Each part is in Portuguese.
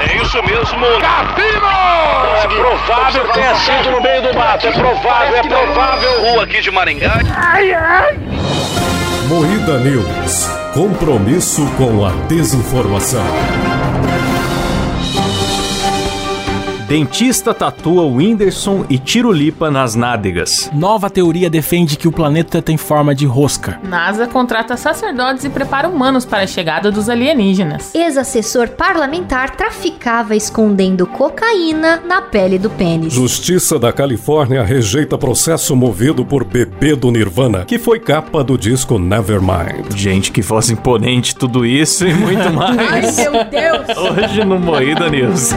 É isso mesmo. Capino! É provável que tenha sido no meio do mato. É provável, é provável. Rua aqui de Maringá. Moída News. Compromisso com a desinformação. Dentista tatua Whindersson e Tirulipa nas nádegas. Nova teoria defende que o planeta tem forma de rosca. NASA contrata sacerdotes e prepara humanos para a chegada dos alienígenas. Ex-assessor parlamentar traficava escondendo cocaína na pele do pênis. Justiça da Califórnia rejeita processo movido por bebê do Nirvana, que foi capa do disco Nevermind. Gente, que voz imponente tudo isso e muito mais. meu Deus! Hoje no Moída News.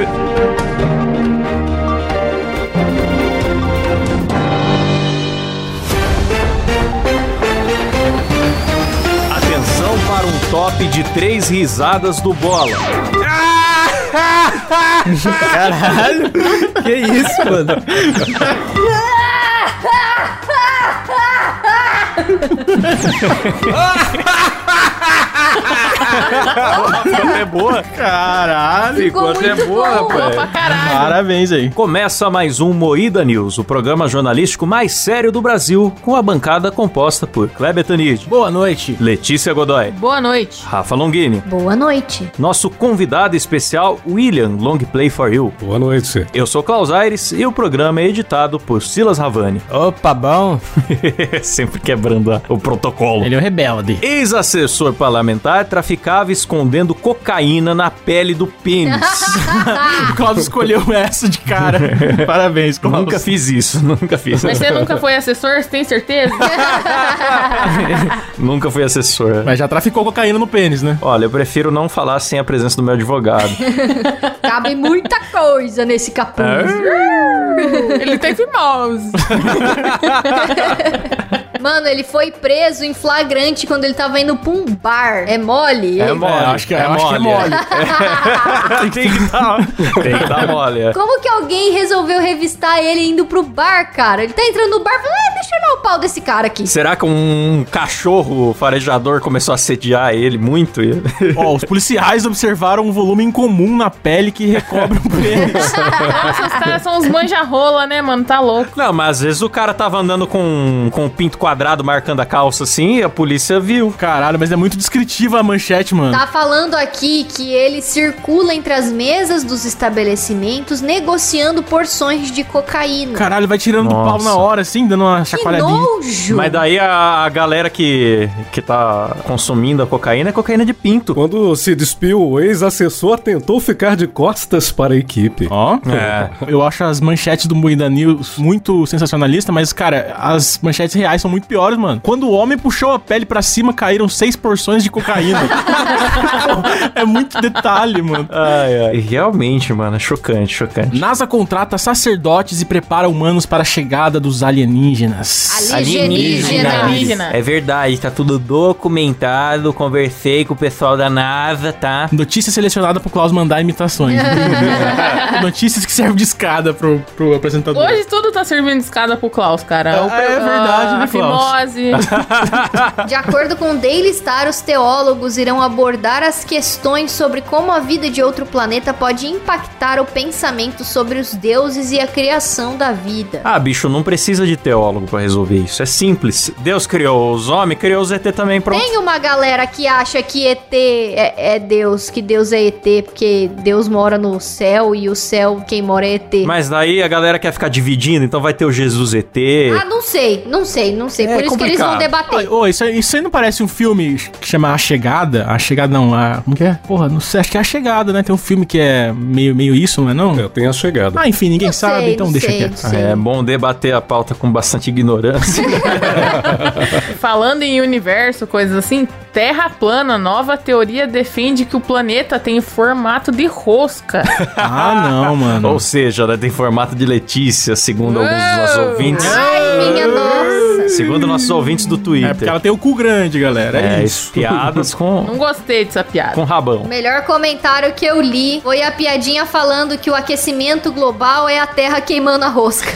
Atenção para um top de três risadas do Bola. Caralho! Que isso, mano? É boa. Caralho! Ficou até é boa, rapaz. Opa, caralho. Parabéns aí. Começa mais um Moída News, o programa jornalístico mais sério do Brasil, com a bancada composta por Kleber Tanid, Boa noite. Letícia Godoy, Boa noite. Rafa Longini, Boa noite. nosso convidado especial William Long Play for You. Boa noite. Eu sou Klaus Aires e o programa é editado por Silas Ravani. Opa, bom. Sempre quebrando a- o protocolo. Ele é um rebelde. Ex-assessor parlamentar traficava escondendo cocaína na pele do pênis. O Cláudio escolheu essa de cara. Parabéns, Cláudio. nunca fiz isso, nunca fiz. Mas você nunca foi assessor, você tem certeza? nunca fui assessor. Mas já traficou cocaína no pênis, né? Olha, eu prefiro não falar sem a presença do meu advogado. Cabe muita coisa nesse capuz. Ele teve maus. Mano, ele foi preso em flagrante quando ele tava indo pra um bar. É mole? Ele- mole. acho que- eu acho que é mole. tem que dar, tem que dar mole. é. Como que alguém resolveu revistar ele indo pro bar, cara? Ele tá entrando no bar e falando, "Ah, deixa eu olhar o pau desse cara aqui. Será que um cachorro farejador começou a sediar ele muito? E- Ó, os policiais observaram um volume incomum na pele que recobre o pênis. Esses caras são uns manja-rola, né, mano? Tá louco. Não, mas às vezes o cara tava andando com, com o pinto quadrado marcando a calça assim e a polícia viu. Caralho, mas é muito descritiva a manchete, mano. Tá falando aqui que ele circula entre as mesas dos estabelecimentos negociando porções de cocaína. Caralho, vai tirando do pau Nossa. na hora, assim, dando uma que chacoalhadinha. nojo! Mas daí a, a galera que, que tá consumindo a cocaína é cocaína de pinto. Quando se despiu, o ex-assessor tentou ficar de costas para a equipe. Ó. É. Eu acho as manchetes do Moída News muito sensacionalista, mas, cara, as manchetes reais são muito piores, mano. Quando o homem puxou a pele pra cima, caíram seis porções de cocaína. é muito detalhe, mano. Ai, ai. Realmente, mano, é chocante, chocante. NASA contrata sacerdotes e prepara humanos para a chegada dos alienígenas. Alienígenas. Alienígena. É verdade, tá tudo documentado. Conversei com o pessoal da NASA, tá? Notícia selecionada pro Klaus mandar imitações. Notícias que servem de escada pro, pro apresentador. Hoje tudo tá servindo de escada pro Klaus, cara. Ah, é verdade, né, A Klaus? fimose. De acordo com o Daily Star, os teólogos irão abordar as questões sobre como a vida de outro planeta pode impactar o pensamento sobre os deuses e a criação da vida. Ah, bicho, não precisa de teólogo pra resolver isso. É simples. Deus criou os homens, criou os ET também, pronto. Tem uma galera que acha que ET é, é Deus, que Deus é ET, porque Deus mora no céu e o céu quem mora é ET. Mas daí a galera quer ficar dividindo, então vai ter o Jesus ET. Ah, não sei, não sei, não sei. É Por isso que eles vão complicado. debater. Ô, isso, aí- isso aí não parece um filme que chama A Chegada? A Chegada não, a... Como que é? Porra, não sei, acho que é A Chegada, né? Tem um filme que é meio, meio isso, não é não? Eu tenho a chegada. Ah, enfim, ninguém Não sabe, sei, então não deixa sei, quieto. não sei. É bom debater a pauta com bastante ignorância. Falando em universo, coisas assim, Terra plana, nova teoria defende que o planeta tem formato de rosca. Ah, não, mano. Ou seja, né, tem formato de Letícia, segundo alguns dos nossos ouvintes. Ai, minha nossa. Segundo nossos ouvintes do Twitter. É porque ela tem o cu grande, galera. É, É, isso. piadas Não com, gostei dessa piada. com O rabão. melhor comentário que eu li foi a piadinha falando que o aquecimento global é a terra queimando a rosca.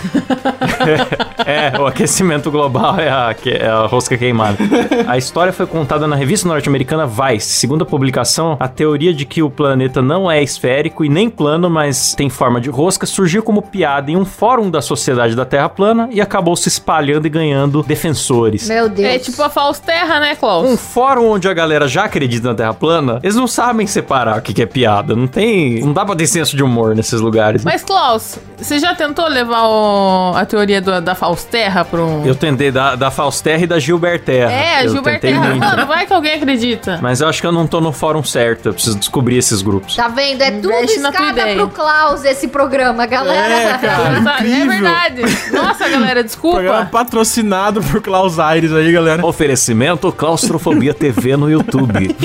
É, o aquecimento global é a, que- é a rosca queimada. A história foi contada na revista norte-americana Vice. Segundo a publicação, a teoria de que o planeta não é esférico e nem plano, mas tem forma de rosca, surgiu como piada em um fórum da Sociedade da Terra Plana e acabou se espalhando e ganhando defensores. Meu Deus. É tipo a Falsterra, né, Klaus? Um fórum onde a galera já acredita na Terra plana, eles não sabem separar o que que é piada. Não tem. Não dá pra ter senso de humor nesses lugares. Mas, Klaus, você já tentou levar o- a teoria do- da Falsterra pra um... Eu tentei da, da Falsterra e da Gilberterra. É, a eu Gilberto tentei Terra. muito. Mano, vai que alguém acredita. Mas eu acho que eu não tô no fórum certo. Eu preciso descobrir esses grupos. Tá vendo? É tudo Investe na tua escada ideia. pro Klaus esse programa, É, galera. cara, Sabe? É incrível. verdade. Nossa, galera, Programa desculpa. patrocinado por Klaus Aires aí, galera. Oferecimento Claustrofobia TV no YouTube.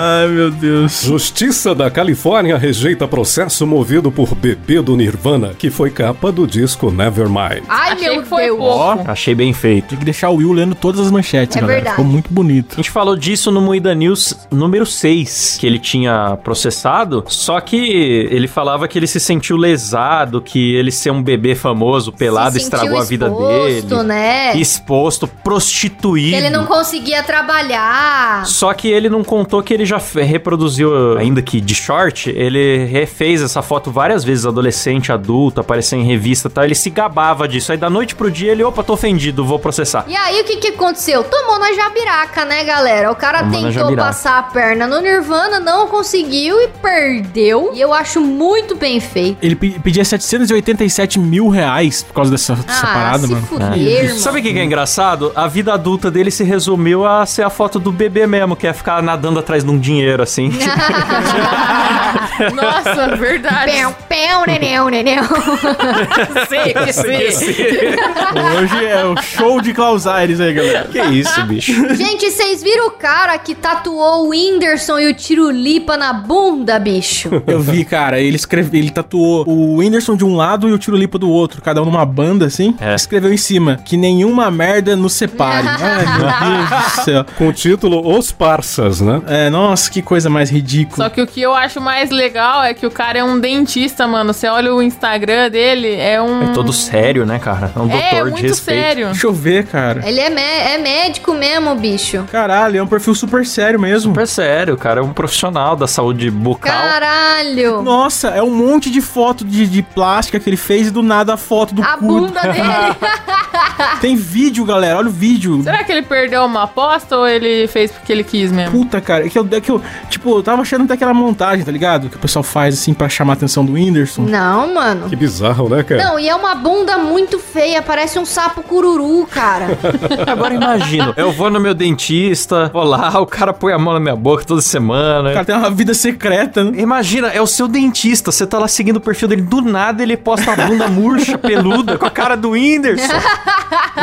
Ai, meu Deus. Justiça da Califórnia rejeita processo movido por bebê do Nirvana, que foi capa do disco Nevermind. Ai, Achei meu que foi Deus. pouco. Achei bem feito. Tem que deixar o Will lendo todas as manchetes, É galera. verdade. Ficou muito bonito. A gente falou disso no Moída News número 6, que ele tinha processado, só que ele falava que ele se sentiu lesado, que ele ser um bebê famoso, pelado, Se estragou a vida sentiu exposto, dele. né? Exposto, prostituído. Que ele não conseguia trabalhar. Só que ele não contou que ele já fe- reproduziu, ainda que de short, ele refez essa foto várias vezes, adolescente, adulto, apareceu em revista e tal. Ele se gabava disso. Aí da noite pro dia ele, opa, tô ofendido, vou processar. E aí, o que que aconteceu? Tomou na jabiraca, né, galera? O cara Tomou na tentou jabiraca. passar a perna no Nirvana, não conseguiu e perdeu. E eu acho muito bem feito. Ele pe- pedia 787 mil reais por causa dessa, dessa Ah, parada, se mano. fuder, mano. Sabe o que, que Tá é engraçado? A vida adulta dele se resumiu a ser a foto do bebê mesmo, que é ficar nadando atrás de um dinheiro, assim. Nossa, verdade. Pão, pão, neném, neném. Sei que sei. Hoje é o show de Klaus Aires aí, galera. que isso, bicho? Gente, vocês viram o cara que tatuou o Whindersson e o Tirulipa na bunda, bicho? Eu vi, cara, ele escreveu, ele tatuou o Whindersson de um lado e o Tirolipa do outro, cada um numa banda assim. É. Escreveu em cima que nenhuma merda nos separe. Ai, meu Deus do céu. Com o título Os Parsas, né? É, nossa, que coisa mais ridícula. Só que o que eu acho mais legal é que o cara é um dentista, mano. Você olha o Instagram dele, é um... É todo sério, né, cara? É um doutor É, é de muito respeito. sério. Deixa eu ver, cara. Ele é, mé- é médico mesmo, bicho. Caralho, é um perfil super sério mesmo. Super sério, cara. É um profissional da saúde bucal. Caralho. Nossa, é um monte de foto de, de plástica que ele fez e do nada a foto do A cu. bunda dele. Tem vídeo, galera. Olha o vídeo. Será que ele perdeu uma aposta ou ele fez porque ele quis mesmo? Puta, cara, é que, eu, é que eu, tipo, eu tava achando até aquela montagem, tá ligado? Que o pessoal faz, assim, pra chamar a atenção do Whindersson. Não, mano. Que bizarro, né, cara? Não, e é uma bunda muito feia, parece um sapo cururu, cara. Agora imagino, eu vou no meu dentista, vou lá, o cara põe a mão na minha boca toda O semana. cara tem uma vida secreta, né? Imagina, é o seu dentista, você tá lá seguindo o perfil dele, do nada ele posta a bunda murcha, peluda, com a cara do Whindersson.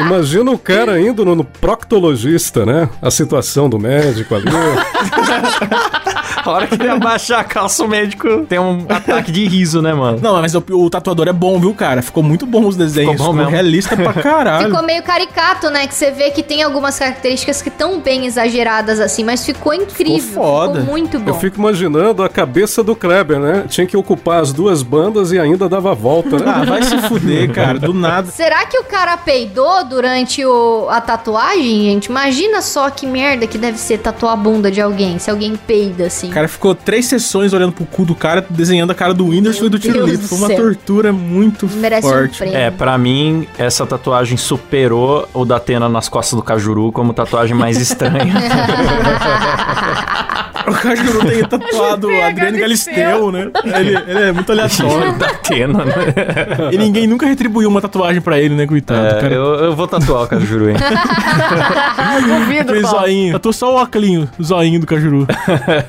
Imagina o cara indo no no proctologista, né? A situação do médico ali. A hora que ele abaixar a calça, o médico tem um ataque de riso, né, mano? Não, mas o, o tatuador é bom, viu, cara? Ficou muito bom os desenhos. Ficou bom mesmo. realista pra caralho. Ficou meio caricato, né? Que você vê que tem algumas características que tão bem exageradas assim, mas ficou incrível. Ficou foda. Ficou muito bom. Eu fico imaginando a cabeça do Kleber, né? Tinha que ocupar as duas bandas e ainda dava a volta, Ah, né? vai se fuder, cara. Do nada. Será que o cara peidou durante o- a tatuagem, gente? Imagina só que merda que deve ser tatuar a bunda de alguém, se alguém peida assim. O cara ficou três sessões olhando pro cu do cara, desenhando a cara do Whindersson e do Deus Tirolito. do Foi uma céu. tortura muito Merece um forte. prêmio. É, pra mim, essa tatuagem superou o da Atena nas costas do Cajuru como tatuagem mais estranha. o cara que não tem tatuado o Adriano Galisteu, né? Ele, ele é muito aleatório. da Atena, né? e ninguém nunca retribuiu uma tatuagem pra ele, né, coitado? É, O cara. eu, eu vou tatuar o Cajuru, hein? Duvido, Aquele Paulo. zoinho. Eu tô só o óculinho, o zoinho do Cajuru.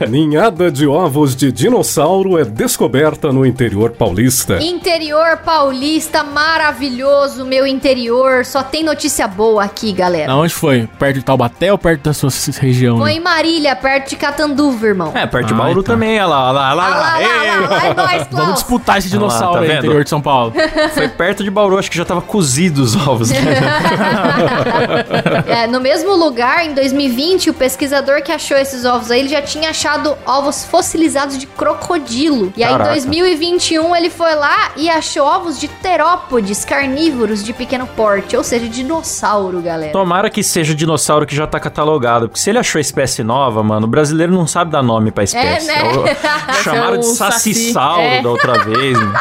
Ninhada de ovos de dinossauro é descoberta no interior paulista. Interior paulista maravilhoso, meu interior. Só tem notícia boa aqui, galera. Aonde foi? Perto de Taubaté ou perto da sua região? Foi né? em Marília, perto de Catanduva. chuva, irmão. É, perto de Ah, Bauru então. também, olha lá, olha lá, olha Ah lá. lá, lá, Ei! lá, lá, é nóis, Vamos Klaus. disputar esse dinossauro Ah lá, tá aí no vendo? interior de São Paulo. Foi perto de Bauru, acho que já tava cozido os ovos. né? É, no mesmo lugar, em 2020, o pesquisador que achou esses ovos aí, ele já tinha achado ovos fossilizados de crocodilo. E aí, em Caraca. 2021, ele foi lá e achou ovos de terópodes carnívoros de pequeno porte, ou seja, dinossauro, galera. Tomara que seja o dinossauro que já tá catalogado. Porque se ele achou a espécie nova, mano, o brasileiro não sabe dar nome pra É, espécie. É né? O- Chamaram de o saci. sacissauro É. da outra vez. mano.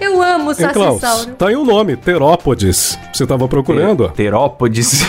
Eu amo o Hein, Klaus? sacissauro. Tá aí o nome, Terópodes. Você tava procurando? Terópodes.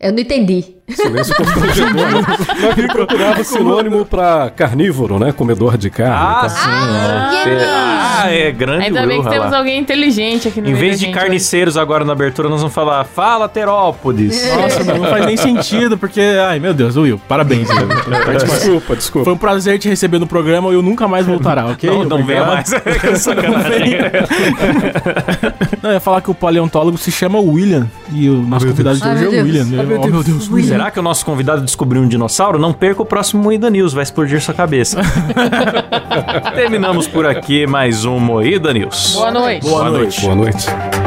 Eu não entendi. Silêncio constrangedor. né? Mas ele procurava sinônimo pra carnívoro, né? Comedor de carne. ah, e tal. sim, né? Guilherme. Te- Ah, é grande Ainda bem que Will, temos lá. alguém inteligente aqui no Em meio vez da de gente carniceiros agora na abertura, nós vamos falar, fala Terópodes. Nossa, mano, não faz nem sentido, porque. Ai, meu Deus, Will, parabéns, Will. tá Então, Desculpa, Foi desculpa. um prazer te receber no programa e eu nunca mais voltará, ok? Não, não venha Obrigado. mais. Sacanagem. Não, eu ia falar que o paleontólogo se chama William. E o nosso convidado de Ai, hoje é meu o Deus. William. Ai, meu oh, meu Deus. William. Será que o nosso convidado descobriu um dinossauro? Não perca o próximo Moída News, vai explodir sua cabeça. Terminamos por aqui mais um Moída News. hoje. Boa noite. Boa noite.